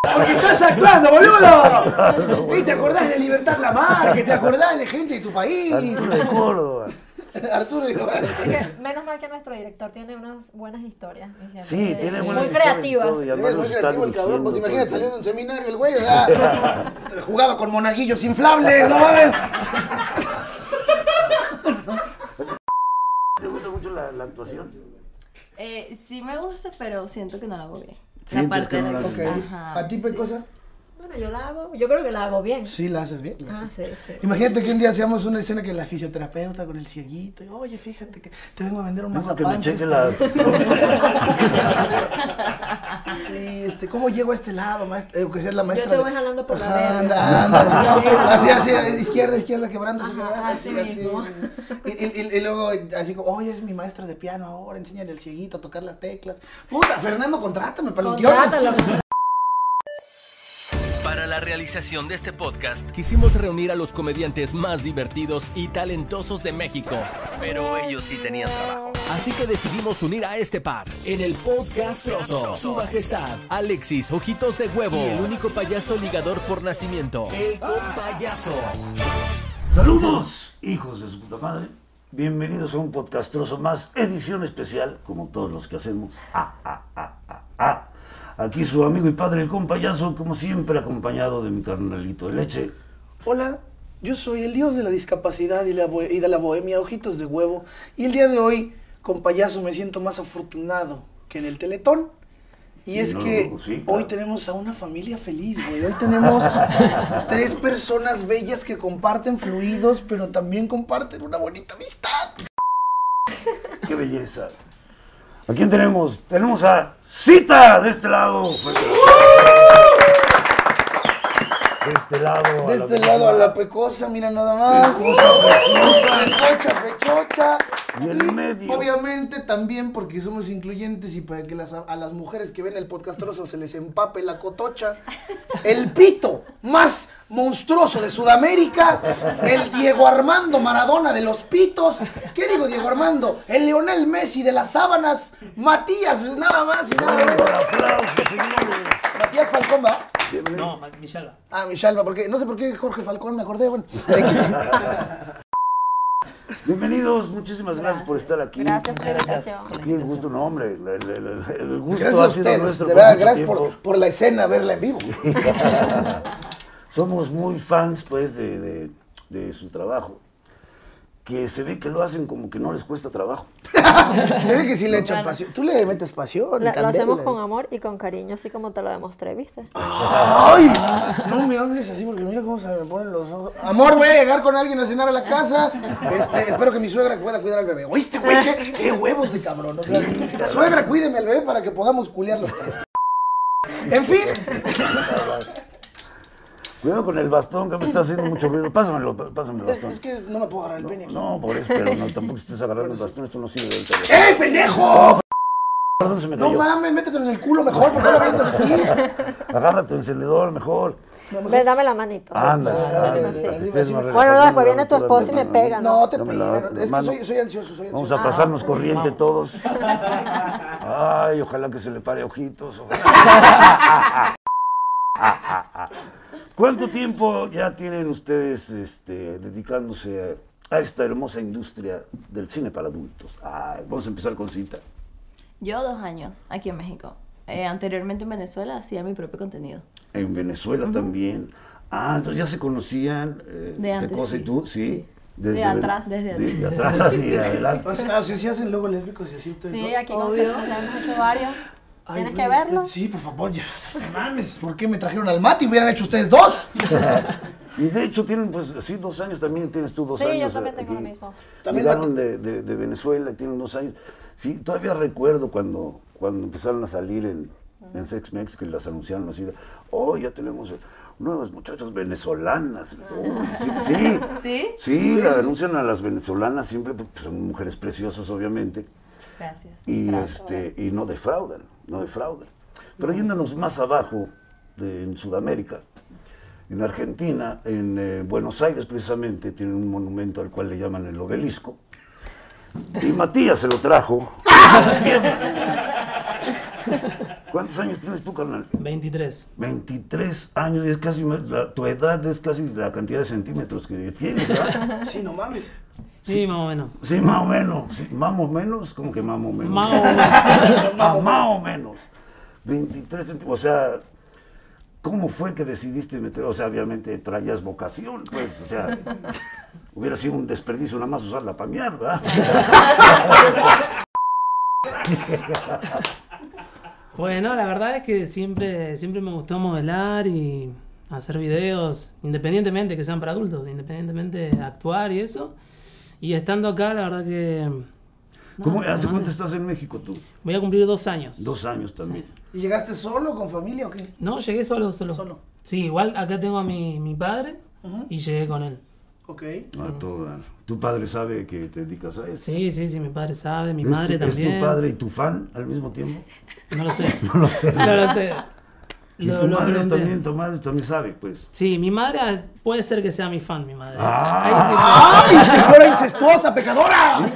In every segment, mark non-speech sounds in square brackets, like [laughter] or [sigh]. Porque estás actuando, boludo. ¿Y te acordás de Libertad Lamarque? ¿Te acordás de gente de tu país? Arturo de Córdoba. Arturo de Porque menos mal que nuestro director tiene unas buenas historias. me siento Sí, que tiene sí. buenas Muy creativas. historias, Es además muy nos está creativo el cabrón, pues dirigiendo imagínate todo. saliendo de un seminario el güey, o sea, jugaba con monaguillos inflables, no mames. ¿Te gusta mucho la, la actuación? Eh, sí me gusta, pero siento que no lo hago bien. Sientes La parte que de no la lo haces Ok. bien. Ajá, ¿A ti qué sí. cosa? Bueno, yo la hago, yo creo que la hago bien. Sí, la haces bien. la Ah, haces. sí, sí. Imagínate que un día hacíamos una escena que la fisioterapeuta con el cieguito, y, oye, fíjate que te vengo a vender un Tengo que me mazapán. cheque este, la... [laughs] Sí, este, ¿cómo llego a este lado, maestra? Eh, que sea la maestra. te de- voy jalando por la Ajá, Anda, verga. anda. así, así, eh, izquierda, izquierda, quebrándose, Ajá, quebrándose, así mismo. Y, y- y- y luego, así como, oye, eres mi maestra de piano ahora, enséñale al cieguito a tocar las teclas. Puta, Fernando, contrátame para los Contrátalo. guiones. Para la realización de este podcast, quisimos reunir a los comediantes más divertidos y talentosos de México. Pero ellos sí tenían trabajo. Así que decidimos unir a este par en el podcast Trozo. Su majestad, Alexis Ojitos de Huevo, y el único payaso ligador por nacimiento, el compayaso. [laughs] Saludos, hijos de su puta madre. Bienvenidos a un podcastroso más, edición especial, como todos los que hacemos. Ah, ah, ah, ah, ah. Aquí su amigo y padre, el compayazo, como siempre, acompañado de mi carnalito de leche. Hola, yo soy el dios de la discapacidad y, la bohe- y de la bohemia, ojitos de huevo. Y el día de hoy, con payaso, me siento más afortunado que en el Teletón. Y Sí, es no, que sí, claro. hoy tenemos a una familia feliz, güey. Hoy [laughs] tenemos tres personas bellas que comparten fluidos, pero también comparten una bonita amistad. ¡Qué belleza! ¿A quién tenemos? Tenemos a Cita de este lado. Fuerte aplauso. De este lado. a De la este lado a la pecosa, mira nada más. Pecocha, pechocha. Y el medio. Obviamente también porque somos incluyentes y para que las, a las mujeres que ven el podcastroso se les empape la cotocha. El pito más monstruoso de Sudamérica. El Diego Armando Maradona de los pitos. ¿Qué digo Diego Armando? El Leonel Messi de las sábanas. Matías, nada más y nada Fuerte menos. aplauso, señores. Matías Falcón, ¿verdad? No, Ma- Michalba. Ah, mi Shalva, porque no sé por qué Jorge Falcón me acordé, bueno. X. Bienvenidos, muchísimas gracias, por estar aquí. Gracias por la invitación. Qué gusto, no, hombre. El, el- el- el gusto Gracias Pues ha a sido ustedes, nuestro. de verdad, mucho gracias por, tiempo. por la escena, verla en vivo. [laughs] Somos muy fans, pues, de, de- de su trabajo. Que se ve que lo hacen como que no les cuesta trabajo. Se ve que sí le echan pasión. Tú le metes pasión. La- lo candela. hacemos con amor y con cariño, así como te lo demostré, ¿viste? ¡Ay! No me hables así porque mira cómo se me ponen los ojos. Amor, voy a llegar con alguien a cenar a la casa. Este, espero que mi suegra pueda cuidar al bebé. ¿Oíste, güey? ¿Qué, qué huevos de cabrón? O sea, suegra, cuídeme al bebé para que podamos culiar los tres. En fin, Cuidado con el bastón, que me está haciendo mucho ruido. Pásamelo, pa- pásame el es, bastón. es que no me puedo agarrar el pene. aquí. Pues No, por eso, pero no, tampoco estés agarrando el bastón, esto no sirve del teléfono. ¡Ey, pendejo! Perdón, se me Eh, No cayó. mames, métetelo en el culo mejor, ¿por qué lo avientas así? Agarra tu encendedor mejor. No, mejor- Ve, dame la manito. Anda, anda, así, para que así, así. estés más Bueno, Bueno, relajado, luego después no viene tu agarra esposo y me tanto, pega, ¿no? No te Dame pegues. la no, otra Es que mano. soy, soy ansioso, soy Vamos ansioso. a pasarnos corriente todos. Ay, ojalá que se le pare ojitos. ojalá. ¿Cuánto tiempo ya tienen ustedes este, dedicándose a, a esta hermosa industria del cine para adultos? Ay, vamos a empezar con cita. Yo dos años aquí en México. Eh, anteriormente en Venezuela hacía mi propio contenido. En Venezuela también. Ah, entonces ya se conocían. eh, De antes, Pecosa y sí, tú, sí. sí. Desde De atrás. sí, Desde de atrás [laughs] y de adelante. O sea, si así hacen luego lésbicos y así ustedes. Sí, dos. aquí con Obvio. sexo ya hemos hecho varios. Ay, Tienes güey, que verlo. Sí, por favor, ya. Mames, ¿por qué me trajeron al Mati? Hubieran hecho ustedes dos. Y de hecho tienen, pues, sí, dos años también tienes tú dos Sí, yo años. también eh, tengo lo aquí. mismo. También Llegaron de, de- de Venezuela y tienen dos años. Sí, todavía recuerdo cuando, cuando empezaron a salir en, en Sex Mex que las anunciaron así. de, Oh, ya tenemos nuevas muchachas venezolanas. Ah. Oh, [laughs] sí, sí. ¿Sí? Sí, las anuncian a las venezolanas siempre porque son mujeres preciosas, obviamente. Gracias. Y, este, y no defraudan, no defraudan. Pero yéndonos más abajo, de- en Sudamérica, en Argentina, en eh, Buenos Aires precisamente, tienen un monumento al cual le llaman el obelisco. Y Matías se lo trajo. ¿Cuántos años tienes tú, carnal? 23. 23 años, es casi me- la- tu edad es casi la cantidad de centímetros que tienes, ¿verdad? Sí, no mames. Sí, más o menos. Sí, más o menos. sí, más o menos, como que más o menos. Más o [laughs] menos. Ah, más o menos. 23 centímetros. O sea, ¿cómo fue que decidiste meter? O sea, obviamente traías vocación, pues, o [laughs] sea, hubiera sido un desperdicio nada más usarla para miar, ¿verdad? [laughs] Bueno, la verdad es que siempre, siempre me gustó modelar y hacer videos, independientemente que sean para adultos, independientemente de actuar y eso. Y estando acá, la verdad que... no, ¿Cómo- ¿Hace no, cuánto estás en México tú? Voy a cumplir dos años. Dos años también. ¿Y llegaste solo, con familia o qué? No, llegué solo, solo. Solo. Sí, igual acá tengo a mi, mi padre y llegué con él. Ok. A toda. Ah, Tu padre sabe que te dedicas a eso. Sí, sí, sí, mi padre sabe, mi ¿Es tu- madre también. ¿Es tu padre y tu fan al mismo tiempo? [laughs] No lo sé. no lo sé. no lo sé. Y Lo- tu lo madre pregunté. también, tu madre también sabe, pues. Sí, mi madre ah, puede ser que sea mi fan, mi madre. Ah. ¡Ay, señora incestuosa, pecadora!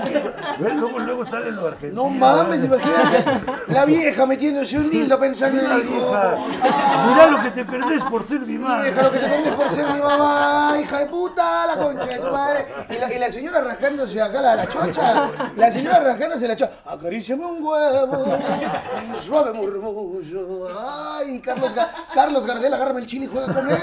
Ve, Luego, luego sale lo argentino. No mames, ¿verdad? imagínate. La vieja metiéndose un dildo pensando en Mira, el hija, hijo. mirá lo que te perdés por ser mi madre. Vieja, lo que te pones por ser mi mamá, hija de puta, la concha de tu madre. Y la, y la señora rascándose acá la, la chocha. La señora rascándose la chocha. Acaríciame un huevo, un suave murmullo. Ay, Carlos, Ga- Carlos Gardel, agárrame el chile y juega con él.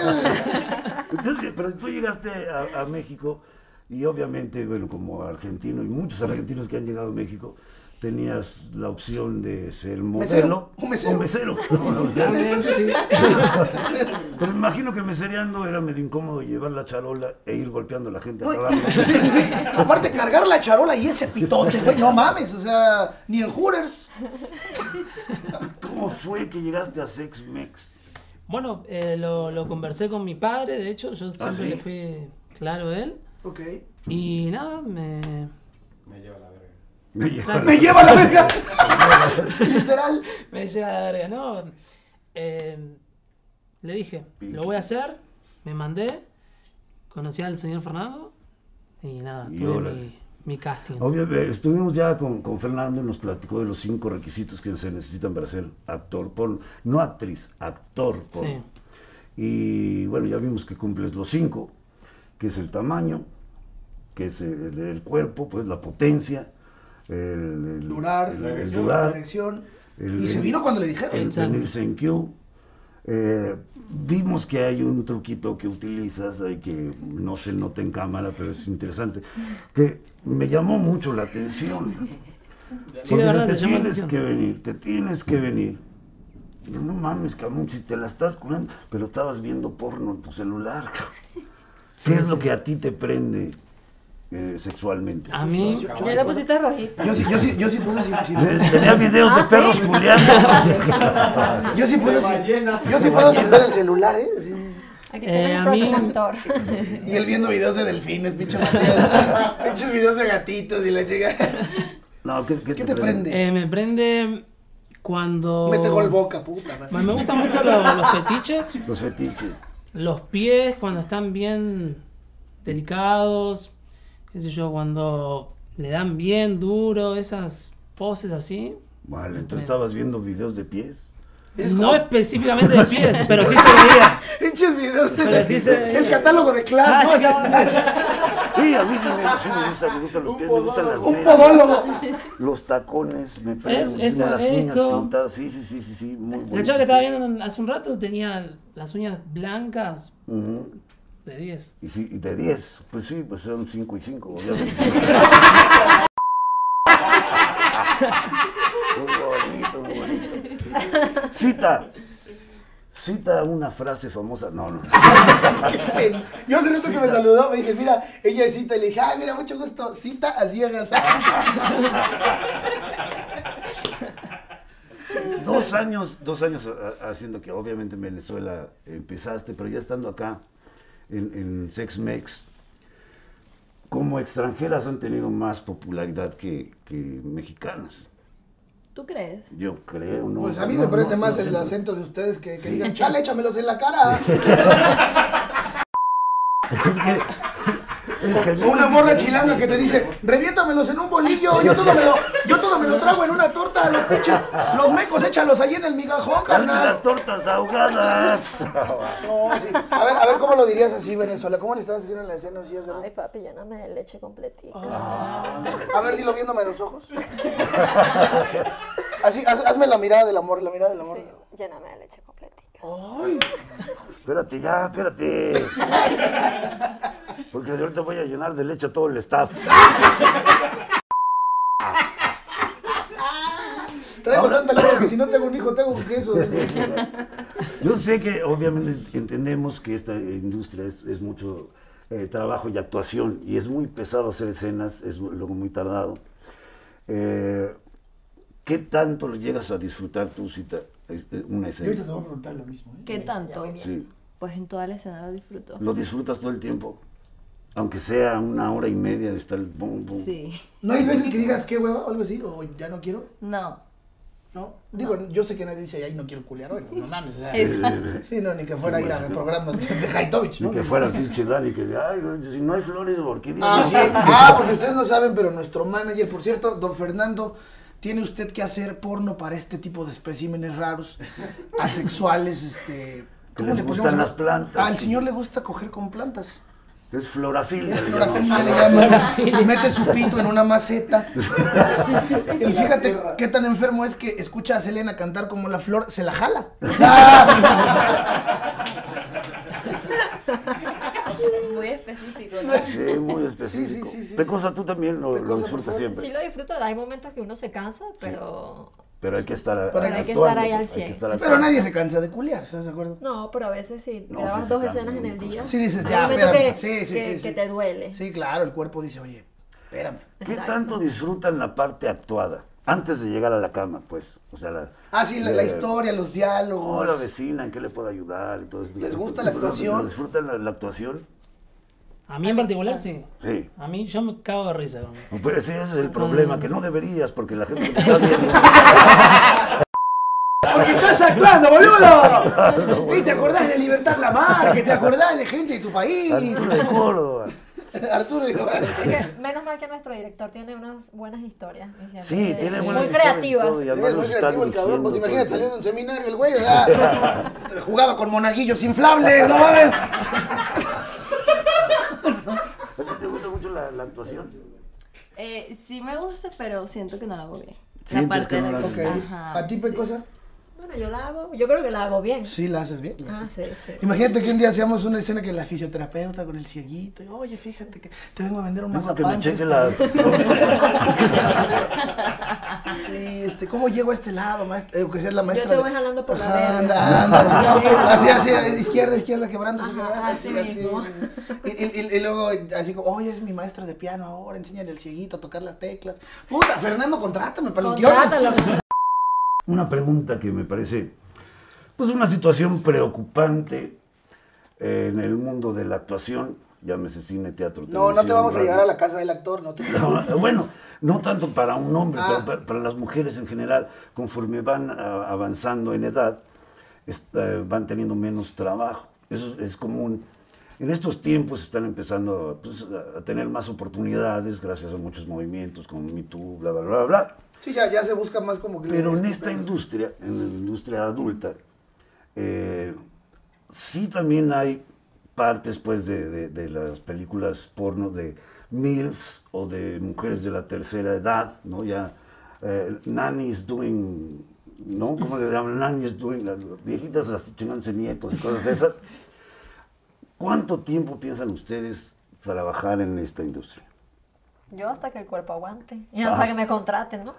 Entonces, pero tú llegaste a, a México y obviamente, bueno, como argentino y muchos argentinos que han llegado a México, tenías la opción de ser modelo Un mesero. o mesero. [laughs] No, o sea, Sí, sí. pero me imagino que mesereando era medio incómodo llevar la charola e ir golpeando a la gente. a No, cada y- sí, sí, sí. Aparte, cargar la charola y ese pitote, güey, no mames. O sea, ni en Hooters. ¿Cómo fue que llegaste a Sex Mex? Bueno, eh, lo, lo conversé con mi padre, de hecho, yo siempre Ah, sí? le fui claro de él. Ok. Y nada, me... Me llevaron. Me lleva la verga. Literal. me lleva la verga, ¿no? Eh, le dije, lo voy a hacer, me mandé, conocí al señor Fernando y nada, Y tuve órale. mi, mi casting. Obviamente, estuvimos ya con, con Fernando y nos platicó de los cinco requisitos que se necesitan para ser actor porno. No actriz, actor porno. Sí. Y bueno, ya vimos que cumples los cinco, que es el tamaño, que es el, el cuerpo, pues la potencia, el, el- Durar, el- la el erección. durar, el- y se vino cuando le dijeron. el Exacto. venirse en Q. Eh, vimos que hay un truquito que utilizas, hay que no se nota en cámara, pero es interesante, que me llamó mucho la atención. Sí, de Porque verdad, te te llama la tienes atención. que venir, te tienes que venir. Pero no mames, cabrón, si te la estás curando, pero estabas viendo porno en tu celular. cabrón. Sí, ¿Qué es sí. lo que a ti te prende eh, sexualmente? A mí, Ya lo pusiste rojito. Yo sí, yo sí, yo sí puedo sí, sí. [laughs] Tenía videos Ah, de perros culeando. Yo sí puedo sí. Yo sí puedo sin ver el celular, ¿eh? Sí. Aquí Eh, tenés a un mí- próximo actor. [laughs] Y él viendo videos de delfines, pinche [laughs] Matías. Pinches videos de gatitos y la chica. [laughs] No, ¿qué, ¿Qué te prende? eh, me prende cuando... Mete gol boca, puta. Me me gustan mucho los, los fetiches, Los fetiches. los pies cuando están bien delicados, qué sé yo, cuando le dan bien duro, esas poses así. Vale, entonces estabas viendo videos de pies. No específicamente de pies, pero sí se veía. Pinches videos de Pero sí se- el catálogo de Ah, clase. sí, claro. Sí, a mí sí me, sí me gusta, me gustan los pies, me gustan [laughs] las Un medias, podólogo. los tacones, me prenden Es- encima esto- las uñas esto. pintadas. Sí, sí, sí, sí, sí, muy bueno. La chava que estaba viendo hace un rato tenía las uñas blancas Ujú. de 10. Y, sí, y de 10, pues sí, pues son 5 y 5, [laughs] obviamente. muy bonito, muy bonito. Cita, cita una frase famosa. No, no. Yo hace rato que me saludó, me dice, mira, ella es cita. Y le dije, ay, mira, mucho gusto. Cita, así [laughs] hagas. Dos años, dos años ha- ha- haciendo que obviamente en Venezuela empezaste, pero ya estando acá en, en Sex Mex, como extranjeras han tenido más popularidad que, que mexicanas. ¿Tú crees? Yo creo, ¿no? Pues a mí No, me no, prende no más sé, el no. acento de ustedes que, que digan, [laughs] chale, échamelos en la cara. Es que Una morra chilanga que te dice, reviéntamelos en un bolillo, yo todo me lo, yo todo me lo trago en una torta, los pinches, los mecos, échalos ahí en el migajón, Dame carnal. las [laughs] tortas ahogadas. No, sí. A ver, a ver cómo lo dirías así, Venezuela. ¿Cómo le estabas haciendo en la escena así? hace rato? Ay, papi, lléname de leche completita. A ver, dilo viéndome a los [laughs] ojos. Así, haz- hazme la mirada del amor, la mirada del amor. Sí, lléname de leche completita. Ay, Espérate [laughs] ya, espérate. Porque ahorita voy a llenar de leche a todo el staff. traigo tanta leche que si no tengo un hijo, tengo un [laughs] queso. dice. Yo sé que obviamente entendemos que esta industria es, es mucho eh, trabajo y actuación y es muy pesado hacer escenas, es mu- luego muy tardado. Eh, ¿Qué tanto lo llegas a disfrutar tú si te- es- eh, una Yo ahorita escena? te voy a preguntar lo mismo. ¿eh? ¿Qué tanto? Sí. Pues en toda la escena lo disfruto. ¿Lo disfrutas todo el tiempo? Aunque sea una hora y media de estar... bum, bum. Sí. ¿No hay veces que digas qué hueva o algo así? ¿O ya no quiero? No. ¿No? Digo, yo sé que nadie dice, ay, no quiero culiar hoy. No mames, o sea. [laughs] Sí, no, ni que fuera a ir a programas de Haitovich, Ni ¿no? que fuera el pinche Dani que ay, güey, si no hay flores, ¿por qué Ah, dices? sí. Ah, porque ustedes no saben, pero nuestro manager, por cierto, don Fernando, tiene usted que hacer porno para este tipo de especímenes raros, asexuales, este... les podemos gustan llamar? las plantas. Ah, al señor le gusta coger con plantas. Es florafilia. Es le florafilia, le llamamos. llaman. Mete su pito en una maceta. [laughs] Y fíjate qué tan enfermo es que escucha a Selena cantar como la flor, se la jala. O sea, Muy específico. Sí, muy específico. sí, sí, Pecosa, tú también lo, lo Pecosa, por disfrutas favor. siempre. Sí lo disfruto, hay momentos que uno se cansa, pero... Pero hay que estar a- Pero hay que actuando, estar ahí al hay que cien. estar al pero cien. nadie se cansa de culiar, ¿estás de acuerdo? No, pero a veces si No, sí grabas se dos cansa escenas en uno, el día, Sí, dices, hay ya, momentos espérame. que, Sí, sí, que- sí, sí. que te duele. Sí, claro, el cuerpo dice, oye, espérame. ¿Qué Exacto. tanto disfrutan la parte actuada? Antes de llegar a la cama, pues. O sea, la, Ah, sí, la, la eh, historia, los Oh, la diálogos. vecina, ¿en qué le puedo ayudar? Y todo esto. ¿Les gusta la ¿Lo- actuación? lo ¿Disfrutan la, la actuación? A mí en particular sí. Sí. A mí yo me cago de risa. con- Pero ese es Mm. el problema, que no deberías, porque la [laughs] gente te está viendo. ¡Porque estás actuando, boludo! ¿Y te acordás de Libertad Lamar? ¿Que te acordás de gente de tu país? Arturo de Córdoba. [laughs] Arturo dijo, Es que menos mal que nuestro director tiene unas buenas historias. y siempre Sí, es tiene muy buenas historias y creativas. todo, y además Es muy los está creativo el cabrón. dirigiendo, Pues imagínate todo el saliendo de un seminario el güey, o sea, [laughs] jugaba con monaguillos inflables, no mames. tiempo. ¿Te gusta mucho la, la actuación? Eh, sí me gusta, pero siento que no lo hago bien. Sientes que de no lo Ok. que- Ajá, ¿A ti, sí. Pecosa? Bueno, yo la hago, yo creo que la hago bien. Sí, la haces bien. la Ah, haces. sí, sí. Imagínate que un día hacíamos una escena que la fisioterapeuta con el cieguito, y, oye, fíjate que te vengo a vender un Digo que me mazapán. que cheque es la... [laughs] Sí, este, ¿cómo llego a este lado, maestra? que sea la maestra. te de- voy jalando por la Ajá, verga. [laughs] Anda, anda. así, así, izquierda, izquierda, quebrándose, Ajá, quebrándose. así Así, mismo. así, así. Y, y- y- y luego, así como, oye, eres mi maestra de piano ahora, enséñale al cieguito a tocar las teclas. Puta, Fernando, contrátame para los Contrátalo. [laughs] guiones. Una pregunta que me parece, pues una situación preocupante eh, en el mundo de la actuación, llámese cine, teatro, No, no te televisión, vamos a radio. llegar a la casa del actor, no te preocupes. No, Bueno, no tanto para un hombre, Ah. pero para, para las mujeres en general, conforme van a- avanzando en edad, est- eh, van teniendo menos trabajo. Eso es, es común. En estos tiempos están empezando pues, a- a tener más oportunidades gracias a muchos movimientos como Me Too, bla, bla, bla, bla. Sí, ya, ya se busca más como que. Pero en este, esta industria, en la industria adulta, eh, sí también hay partes pues de, de- de las películas porno de MILFs o de mujeres de la tercera edad, ¿no? Ya eh, nannies doing, ¿no? ¿Cómo le llaman? Nannies doing, las viejitas las chingándose nietos y cosas de esas. ¿Cuánto tiempo piensan ustedes trabajar en esta industria? [laughs] Yo hasta que el cuerpo aguante. Y hasta que me contraten, ¿no?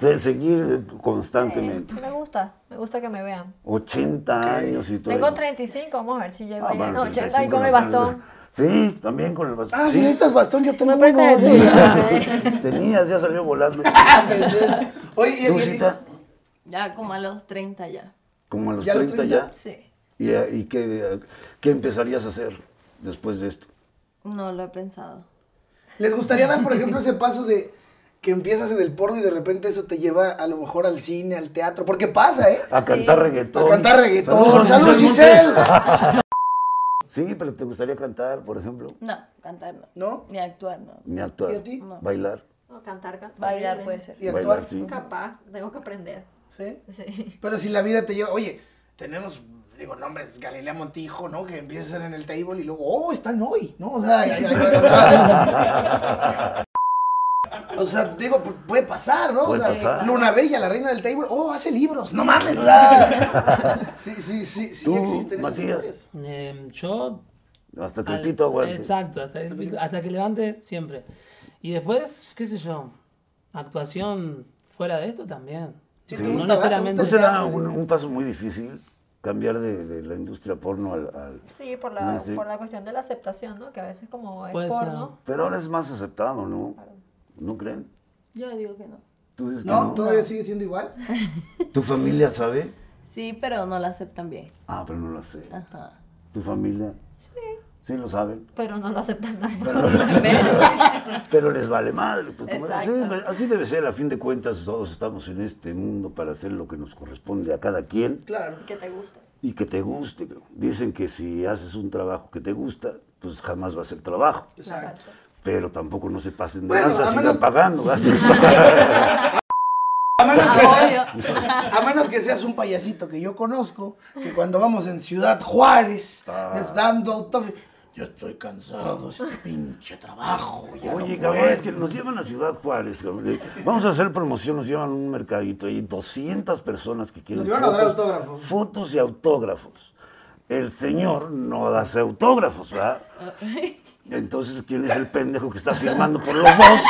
De seguir Eh, constantemente. sí me gusta, me gusta que me vean. 80 años y todo. Tengo eso. 35, vamos a ver si llego Ah, ahí. bueno, No, 35 80 y con el no, bastón. Sí, también con el bastón. Ah, si sí, [laughs] necesitas bastón, yo tengo Me prestas uno. el tuyo. Tenías, [laughs] ya salió volando. Ah, [laughs] pensé. Oye, y- ¿Tú, y- y- Cita? Ya como a los 30 ya. Como a los ¿Ya a 30, los 30? ya. Sí. ¿Y, eh, y qué, eh, qué empezarías a hacer después de esto? No lo he pensado. ¿Les gustaría dar, por ejemplo, ese paso de que empiezas en el porno y de repente eso te lleva a lo mejor al cine, al teatro? Porque pasa, ¿eh? A cantar reggaetón. A cantar reggaetón. Saludos, ¡Saludos, Giselle Giselle! [laughs] Sí, pero ¿te gustaría cantar, por ejemplo? No, cantar no. ¿No? Ni actuar no. Ni actuar. ¿Y a ti? No. Bailar. No, cantar, cantar. Bailar bien. pues. puede ser. Y Bailar, actuar. sí. Capaz, tengo que aprender. ¿Sí? Sí. [laughs] Pero si la vida te lleva, oye, tenemos, digo, nombres, Galilea Montijo, ¿no? Que empiezan en el table y luego, oh, están hoy, ¿no? O sea, ay, ay, ay, ay, o sea. [laughs] O sea, digo, pu- puede pasar, ¿no? Puede o sea, pasar. Luna Bella, la reina del table, oh, hace libros, no mames, o [laughs] sea. Sí, sí, sí, sí Tú, existen esas Matías. historias. Eh, yo Hasta que Al- el pito aguante. Exacto, hasta, el pito- hasta que levante siempre. Y después, qué sé yo, actuación fuera de esto también. Sí, te no gusta, necesariamente. ¿No te gusta será un, un paso muy difícil cambiar de, de la industria porno al, al- Sí, por la, Sí. por la cuestión de la aceptación, ¿no? Que a veces como es Puede ser. porno. Pero ahora es más aceptado, ¿no? ¿No creen? Yo digo que no. ¿Tú dices que ¿No? no? ¿Todavía sigue siendo igual? ¿Tu familia sabe? Sí, pero no la aceptan bien. Ah, pero no lo sé. [laughs] Ajá. ¿Tu familia? Sí. Sí lo saben. Pero no lo aceptan [laughs] tampoco. Pero les vale madre. pues, como- Exacto. así, así debe ser, a fin de cuentas todos estamos en este mundo para hacer lo que nos corresponde a cada quien Claro. que te gusta. y que te guste. Dicen que si haces un trabajo que te gusta, pues jamás va a ser trabajo. Exacto. Pero tampoco no se pasen de Bueno, lanza, a sigan menos- pagando. [laughs] gasten. A menos, que Ah, seas, a menos que seas un payasito que yo conozco, que cuando vamos en Ciudad Juárez, Ah. des- dando autógrafos, yo estoy cansado de este pinche trabajo. ya Oye, no cabrón, puedo". es que nos llevan a Ciudad Juárez. cabrón. Le- Vamos a hacer promoción, nos llevan a un mercadito y 200 personas que quieren Nos llevan a dar autógrafos. Fotos y autógrafos. El señor no hace autógrafos, [laughs] ¿verdad? Entonces, ¿quién es el pendejo que está firmando por [laughs] los dos?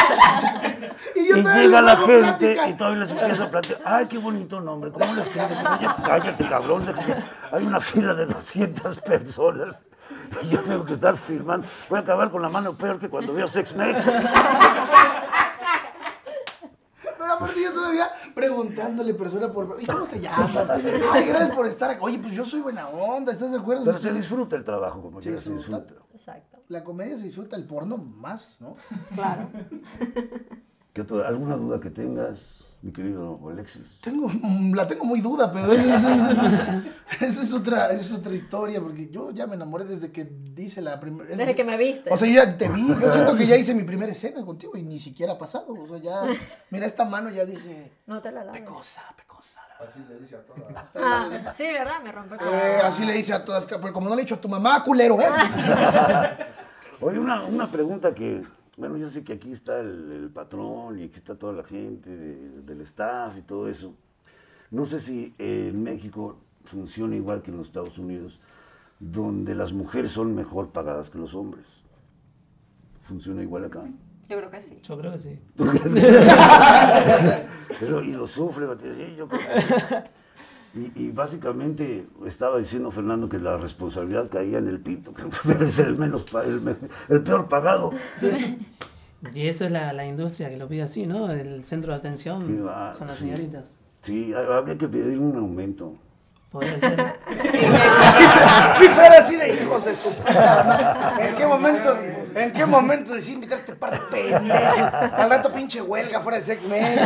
Y, Y todavía llega les la hago gente plática. y todavía les empieza a plantear, ay, qué bonito nombre, ¿cómo lo escribes? Oye, cállate, cabrón, déjame. hay una fila de 200 personas. y Yo tengo que estar firmando. Voy a acabar con la mano peor que cuando veo Sex Mex. Pero aparte yo todavía preguntándole persona por... ¿Y cómo te llamas? Ay, gracias por estar aquí. Oye, pues yo soy buena onda, ¿estás de acuerdo? Pero se disfruta el trabajo, como Se quiera, se disfruta. disfruta. Exacto. La comedia se disfruta, el porno más, ¿no? Claro. ¿Qué otra- ¿Alguna duda que tengas, mi querido Alexis? Tengo, mm, la tengo muy duda, pero esa es, esa es- esa es otra, esa es otra historia, porque yo ya me enamoré desde que dice la primera... Desde que me viste. O sea, yo ya te vi, yo siento que ya hice mi primera escena contigo y ni siquiera ha pasado. O sea, ya, mira, esta mano ya dice, no te la lavo. pecosa, pecosa. Ah, sí, ¿verdad? Me rompe el Eh, corazón. así le dice a todas, pero como no le he dicho a tu mamá, culero, ¿eh? Oye, una, una pregunta que, bueno, yo sé que aquí está el, el patrón y aquí está toda la gente de- del staff y todo eso. No sé si eh, en México funciona igual que en los Estados Unidos, donde las mujeres son mejor pagadas que los hombres. ¿Funciona igual acá? Yo creo que sí. Yo creo que sí. Pero, y lo sufre, va a decir, "Sí, yo creo que-". Y, y básicamente estaba diciendo Fernando que la responsabilidad caía en el pito, que [laughs] es el, menos, pa- el, me- el peor pagado. Y eso es la, la industria que lo pide así, ¿no? El centro de Qué atención va- son las sí. señoritas. Sí, ha- habría que pedir un aumento. Podría ser. [laughs] Y Fer así de hijos de su puta. madre. ¿En qué momento, en qué momento decidí invitar a este par de pendejos? Al rato pinche huelga fuera de sex metro.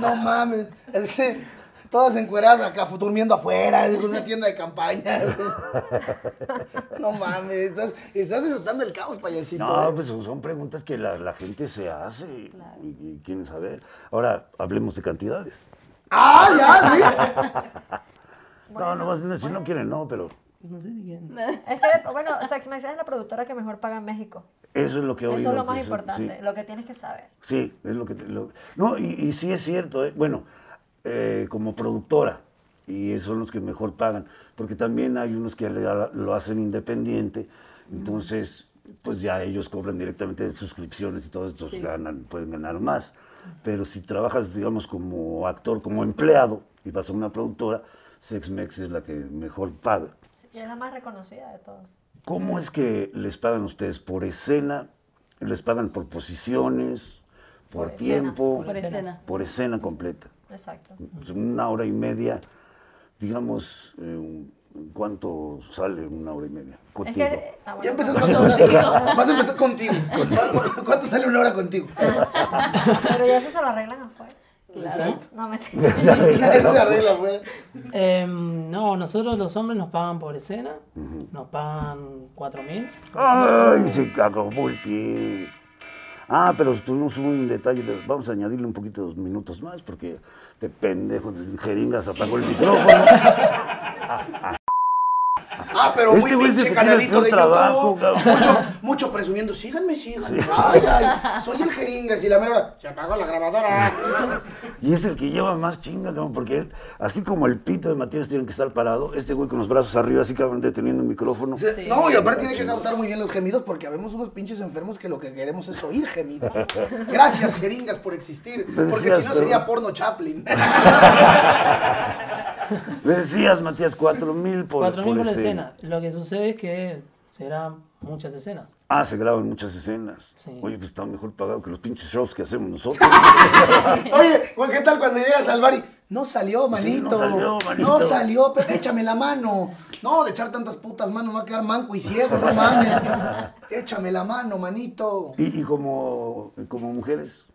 No mames. Ese- todas encueradas acá, fu- durmiendo afuera, en una tienda de campaña. No mames, estás, estás desatando el caos, payasito. No, eh. pues son son preguntas que la, la gente se hace y, y quieren saber. Ahora, hablemos de cantidades. Ah, ya, sí. no, no, más- no, si no quieren, no, pero No sé de quién. Es que, bueno, Sex Mex es la productora que mejor paga en México. eso es lo que he oído Eso es lo que más se- importante, sí. lo que tienes que saber. Sí, es lo que... te- lo- no, y, y sí es cierto, eh, bueno, eh, como productora, y son los que mejor pagan, porque también hay unos que le- lo hacen independiente, entonces, pues ya ellos cobran directamente de suscripciones y todos estos Sí. ganan, pueden ganar más. Pero si trabajas, digamos, como actor, como empleado, y vas a una productora, Sexmex es la que mejor paga. Sí, Y es la más reconocida de todos. ¿Cómo es que les pagan ustedes? ¿Por escena? ¿Les pagan por posiciones? ¿Por, Por escena, tiempo? por escena. Por escena completa. Pues, Exacto. Una hora y media, digamos, eh, ¿cuánto sale una hora y media? Es Contigo. que. ah, bueno, Ya empezaste no. Vas a empezar contigo. ¿Cuánto sale una hora contigo? Pero ya eso se lo arreglan afuera. Exacto. No [laughs] me Eso se arregla afuera. Em, no, nosotros los hombres nos pagan por escena, nos pagan 4.000. ¡Ay, se cagó Bulky! Ah, pero tuvimos un detalle, de- vamos a añadirle un poquito dos minutos más, porque de pendejo de jeringas apagó el micrófono. Ah, pero muy Este güey se pinche tiene el canalito peor de trabajo, YouTube. cabrón. Mucho, mucho presumiendo, síganme, síganme. Ay, ay, soy el jeringas y la mera hora, se apagó la [laughs] grabadora. Y es el que lleva más chinga, cabrón, porque él, así como el pito de Matías tiene que estar parado, este güey con los brazos arriba, así cabrón, deteniendo el micrófono. Se- No, y aparte tiene que captar muy bien los gemidos porque habemos unos pinches enfermos que lo que queremos es oír gemidos. Gracias, jeringas, por existir. Porque decías, si no pero- sería porno Chaplin. [laughs] [laughs] Le decías, Matías, cuatro mil por, 4.000 por, escena. Lo que sucede es que serán muchas escenas. Ah, se graban muchas escenas. Sí. Oye, pues está mejor pagado que los pinches shows que hacemos [laughs] nosotros. Oye, güey, ¿qué tal cuando llegas al bar y no salió, manito? salió, manito. No salió, pero échame la mano. No, de echar tantas putas manos, me va a quedar manco y ciego, no mames. [laughs] Échame la mano, manito. y y como, como mujeres,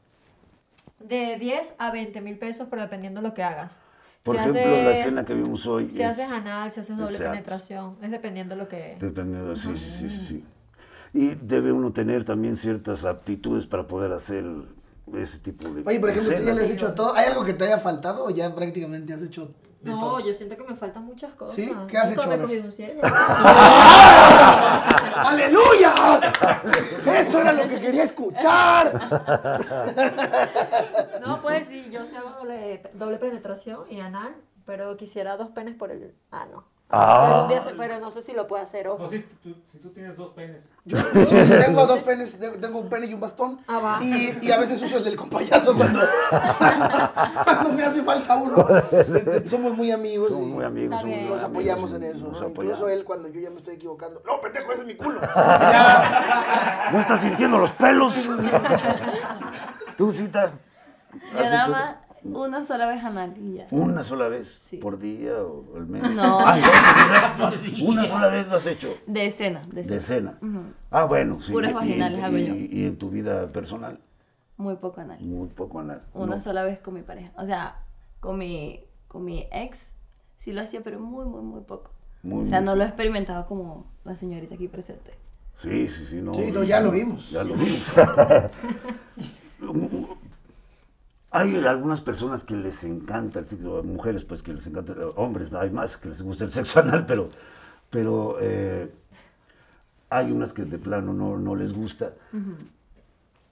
De 10 a 20 mil pesos, pero dependiendo de lo que hagas. Por Si ejemplo, la haces- escena que vimos hoy. Si es- haces anal, si haces doble Exacto. penetración, es dependiendo lo que... Dependiendo, sí, sí, sí, sí, sí. Ah. Y debe uno tener también ciertas aptitudes para poder hacer ese tipo de Oye, por ejemplo, tú ya escenas. le has hecho a todo. ¿Hay algo que te haya faltado o ya prácticamente has hecho de No, todo? yo siento que me faltan muchas cosas. ¿Sí? ¿Qué has Nunca hecho, me a ver? he comido un cielo. [laughs] ¡Ah! ¡Aleluya! Eso era lo que quería escuchar. No, pues sí, yo sí hago doble, doble penetración y anal, pero quisiera dos penes por el ano. Ah. O sea, un día se- pero no sé si lo puedo hacer, ojo. No, si tú, si tú tienes dos penes. Yo tengo dos penes, tengo un pene y un bastón. Ah, va. Y, y a veces uso el del compayazo cuando, cuando me hace falta uno. Este, somos muy amigos. Somos y muy amigos, Está somos bien. muy Nos apoyamos en amigos, eso. nos ¿no? apoyamos. Incluso él cuando yo ya me estoy equivocando. No, pendejo, ese es mi culo. [laughs] Ya. ¿No estás sintiendo los pelos? [laughs] Tú, cita. Yo ¿Has nada hecho más una sola vez anal y ya. Una sola vez Sí. por día o al mes. Ah, No. Ay, [laughs] ay, una sola vez lo has hecho. De escena, de De escena. escena. Ah, bueno. Sí. Puras y- y- vaginales hago yo. Y, y en tu vida personal, Muy poco anal. muy poco anal. Una No. sola vez con mi pareja. O sea, con mi, con mi ex sí lo hacía, pero muy, muy, muy poco. Muy, o sea, muy no lo he experimentado como la señorita aquí presente. Sí, sí, sí, no. Sí, no, ya lo vimos. Ya lo vimos. [laughs] hay algunas personas que les encanta el sexo, mujeres pues que les encanta, hombres, hay más que les gusta el sexo anal, pero, pero eh, hay unas que de plano no, no les gusta.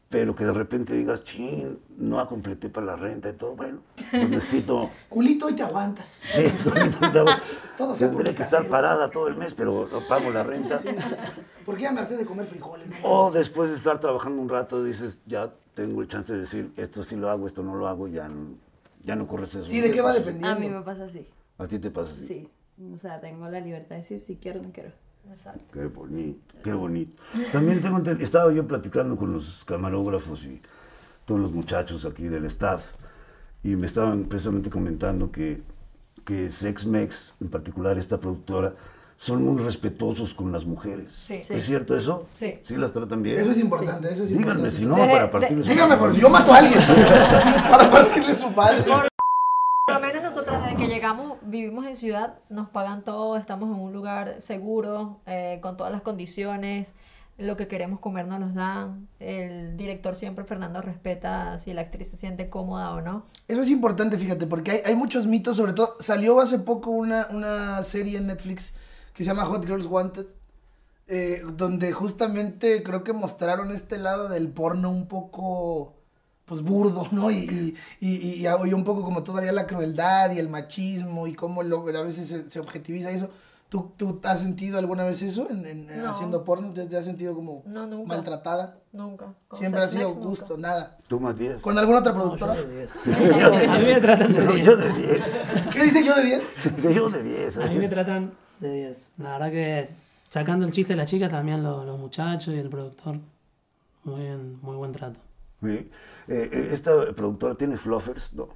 Pero que de repente digas, ching, no completé para la renta y todo, bueno, pues necesito... [laughs] Culito, hoy te aguantas. Sí, [laughs] Todo se tendré que publica estar siempre. parada todo el mes, pero no pago la renta. Porque ya me harté de comer frijoles. ¿no? O después de estar trabajando un rato dices, ya tengo el chance de decir, esto sí lo hago, esto no lo hago, ya no, ya no corres eso. Sí, ¿de qué va dependiendo? A mí me pasa así. ¿A ti te pasa así? Sí. O sea, tengo la libertad de decir si quiero o no quiero. Qué bonito, qué bonito. También tengo enten- estaba yo platicando con los camarógrafos y todos los muchachos aquí del staff y me estaban precisamente comentando que, que Sexmex, en particular esta productora, son muy respetuosos con las mujeres. Sí. ¿Es cierto eso? Sí. ¿Sí las tratan bien? Eso es importante, eso es importante. Díganme, si no, Desde- para partirles. su Dígame, madre. por si yo mato a alguien [laughs] para partirle su madre. Por lo menos nosotras desde que llegamos, vivimos en ciudad, nos pagan todo, estamos en un lugar seguro, eh, con todas las condiciones, lo que queremos comer nos los dan, el director siempre, Fernando, respeta si la actriz se siente cómoda o no. Eso es importante, fíjate, porque hay, hay muchos mitos, sobre todo, salió hace poco una, una serie en Netflix que se llama Hot Girls Wanted, eh, donde justamente creo que mostraron este lado del porno un poco, pues, burdo, ¿no? Y, y, y- y- y un poco como todavía la crueldad y el machismo y cómo el hombre a veces se, se objetiviza eso. ¿Tú, tú has sentido alguna vez eso en, en- en No. haciendo porno? ¿Te, te has sentido como No, nunca. maltratada? Nunca. Con Siempre ha Sex sido Mex, nunca. gusto, nada. ¿Tú, Matías? ¿Con alguna otra No, yo productora? [laughs] de 10. a mí me tratan de Yo, 10. yo de 10. ¿Qué dice yo de 10? Yo de ¿eh? 10. A mí me tratan de 10. La verdad que sacando el chiste de las chicas, también lo- los, muchachos y el productor. Muy bien, muy buen trato. Sí. Eh, eh, ¿Esta productora tiene fluffers? No.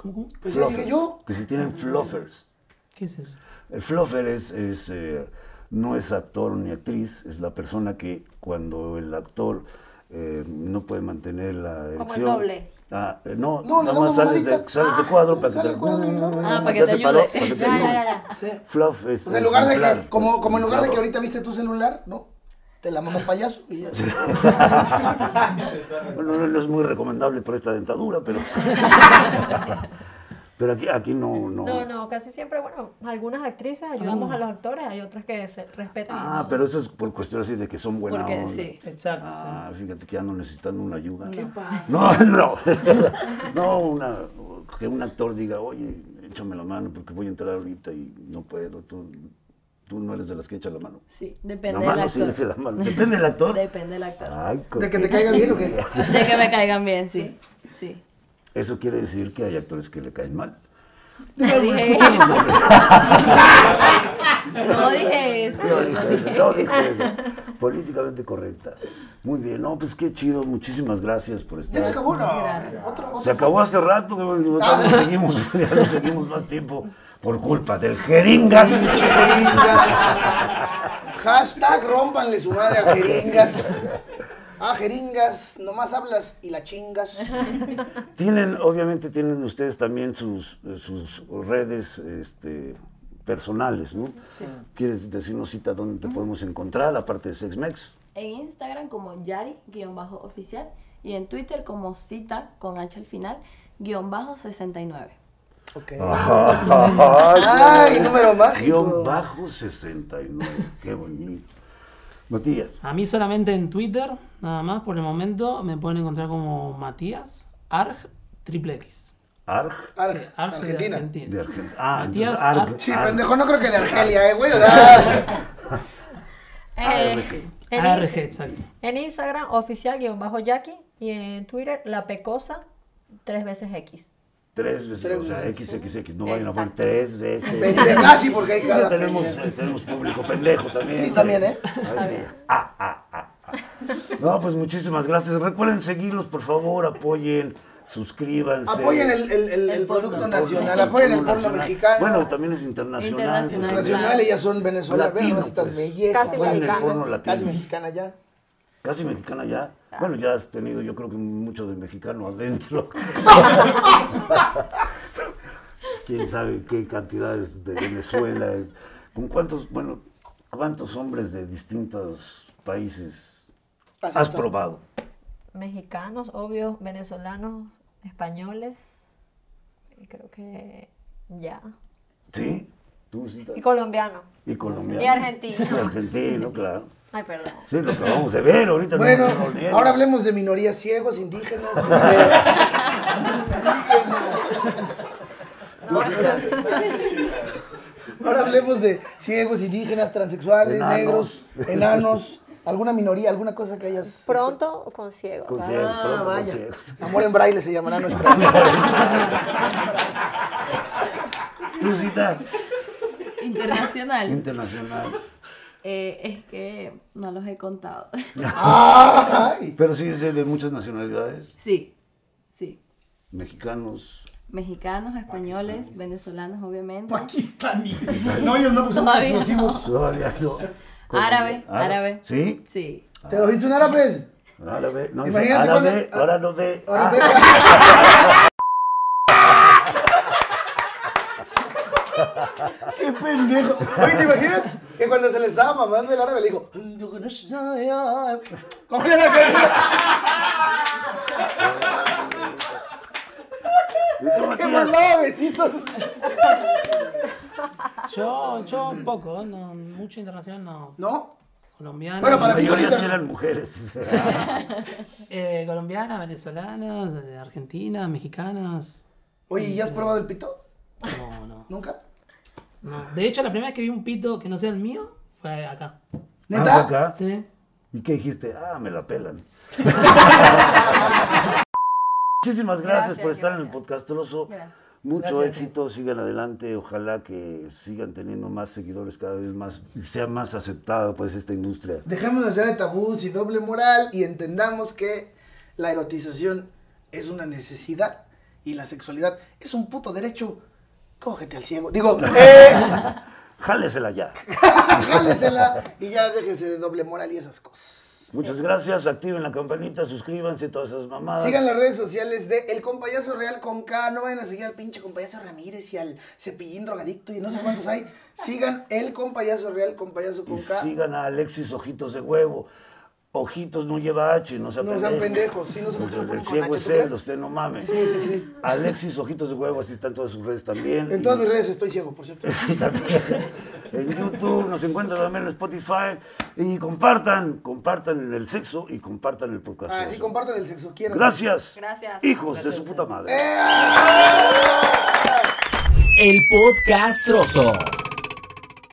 ¿Cómo, cómo? Pues ya dije yo. Que si tienen fluffers. ¿Qué es eso? El fluffer es, es, eh, no es actor ni actriz, es la persona que cuando el actor eh, no puede mantener la erección. doble. Ah, eh, no, No, le nada damos más sales mamadita. de, sales de cuadro para que Sale te... el cuadro y todo. Ah, para que Se hace te ayude. para- para que te Ya, ayude. ya, ya, ya. Sí. Fluff, este, O sea, en lugar de inflar, que, como, pues, como en lugar de que inflador. ahorita viste tu celular, ¿no? Te la mamas payaso y [laughs] ya. Bueno, no, no es muy recomendable por esta dentadura, pero... pero aquí, aquí no, no... No, no, casi siempre, bueno, algunas actrices ayudamos a los actores, hay otras que se respetan. y Ah, no. pero eso es por cuestión así de que son buena Porque onda. sí. Exacto. Ah, fíjate que ando necesitando una ayuda. Qué padre. [laughs] No, no. no, una, que un actor diga, oye, échame la mano porque voy a entrar ahorita y no puedo. Tú, tú no eres de las que echa la mano. Sí, La depende del mano sí, actor. dice la mano. Depende del actor. [laughs] Ah. Depende del actor. Ay, co- ¿De que te caiga bien o qué? De que me caigan bien, sí. Sí. [laughs] Eso quiere decir que hay actores que le caen mal. Dije eso. [laughs] No dije eso. No dije eso, no dije eso. Políticamente correcta. Muy bien, no, pues qué chido. Muchísimas gracias por estar. Ya se acabó, no. Gracias. Otro, otro. Se acabó hace rato, que no Ah. seguimos, [laughs] ya no seguimos más tiempo por culpa del jeringas. Jeringa. [laughs] Hashtag rompanle su madre a [laughs] jeringas. A jeringas, nomás hablas y la chingas. Tienen, obviamente tienen ustedes también sus, eh, sus redes este, personales, ¿no? ¿Quieres decirnos cita dónde te podemos encontrar, aparte de Sexmex? En Instagram como Yari-oficial y en Twitter como Cita con H al final, guión bajo 69. [laughs] Ay, número mágico. Guión bajo 69, qué bonito. Matías, A mí solamente en Twitter, nada más por el momento, me pueden encontrar como Matías Arg Triple X. ARG Arg- Arg de Argentina. de Argentina. Ah, Matías entonces Arg. Sí, ARG. pendejo, no creo que de Argelia, eh, güey. o [laughs] sea, Ah, Eh, en, ARG, Insta- exacto. en Instagram, oficial-jackie, y en Twitter, la pecosa, tres veces X. Tres veces, Tres o sea, XXX, no vayan a poner Exacto. tres veces. pendeja, sí, porque hay Ya cada. tenemos, pendeja. eh, tenemos público pendejo también. Sí, también, ¿eh? Ah, sí. Ah, ah, ah, ah. No, pues muchísimas gracias. Recuerden seguirlos, por favor, apoyen, suscríbanse. Apoyen el, el, el, el El producto porno. nacional, apoyen el porno nacional. mexicano. Bueno, también es internacional. Internacional, pues, claro. nacional, ellas son venezolanas. Latino, Vean estas pues. bellezas. Casi güey, mexicano. mexicanas. Porno latino. Casi mexicana ya. Casi mexicana ya. Ah, Bueno, ya has tenido yo creo que mucho de mexicano [laughs] adentro. Quién sabe qué cantidades de Venezuela. ¿Con cuántos, bueno, cuántos hombres de distintos países Así has está. probado? Mexicanos, obvio, venezolanos, españoles, y creo que ya. ¿Sí? ¿Tú sí? Y colombianos. Y colombiano. Y argentino. Y argentino, claro. Ay, perdón. Sí, lo que vamos a ver ahorita. no Bueno, me lo niegues. ahora hablemos de minorías ciegos, [laughs] indígenas. este, Tú sí, ya. ahora hablemos de ciegos, indígenas, transexuales, Enanos. negros, enanos. ¿Alguna minoría, alguna cosa que hayas... Pronto con ciego. Con ciegos, Ah, pronto con vaya. ciegos. Amor en braille se llamará [laughs] nuestra... Tú sí, ya. Internacional. internacional. Eh, es que no los he contado. [laughs] ¡Ay! Pero sí, es de de muchas nacionalidades. Sí, sí. mexicanos. Mexicanos, españoles, venezolanos, obviamente. Pakistaní. No, ellos no son Todavía no. explosivos. Todavía no. Árabe, árabe. ¿Sí? Sí. ¿Te lo viste un árabe? Árabe. No, dice Imagínate árabe, cuando- ahora no ve. Ahora Ah, ve- [laughs] ¡Qué pendejo! Oye, ¿te imaginas? Que cuando se le estaba mamando el árabe le dijo... ¿Cómo era la canción? ¿y tú, ¡Que Matías? mandaba besitos! Yo, yo poco, no, mucho internacional no. ¿No? Colombiano. Bueno, para La ti mayoría solita. sí eran mujeres. Eh, colombianas, venezolanas, eh, argentinas, mexicanas. Oye, ¿y ya has probado el pito? No, no, ¿Nunca? no. De hecho, la primera vez que vi un pito que no sea el mío fue acá. Ah, [laughs] ¿Neta? acá. Sí. ¿Y qué dijiste? Ah, me la [laughs] pelan. Muchísimas gracias, por estar en el podcastroso. Mucho éxito, sigan adelante. Ojalá que sigan teniendo más seguidores cada vez más y sea más aceptada pues esta industria. Dejémonos ya de tabús y doble moral y entendamos que la erotización es una necesidad y la sexualidad es un puto derecho. Cógete al ciego. [laughs] Digo, eh, [laughs] Jálesela ya. jálesela y ya déjense de doble moral y esas cosas. Muchas gracias, activen la campanita, suscríbanse, todas esas mamadas. Sigan las redes sociales de El Compayazo Real con K. No vayan a seguir al pinche Compayazo Ramírez y al Cepillín Drogadicto y no sé cuántos hay. Sigan El Compayazo Real, Compayazo Y con K. sigan a Alexis Ojitos de Huevo. Ojitos no lleva H, no sean No pendejos. sean pendejos, sí, no se Porque confunden El con ciego H, es ¿tú crees? él, usted no mames. Sí, sí, sí. Alexis Ojitos de Huevo, así están todas sus redes también. En Y- todas mis redes estoy ciego, por cierto. [laughs] Sí, también. En YouTube, nos encuentran también en Spotify. Y compartan, compartan el sexo y compartan el podcast. Así Ah, compartan el sexo, quiero. Gracias. Gracias. Hijos de su puta madre. El podcast trozo.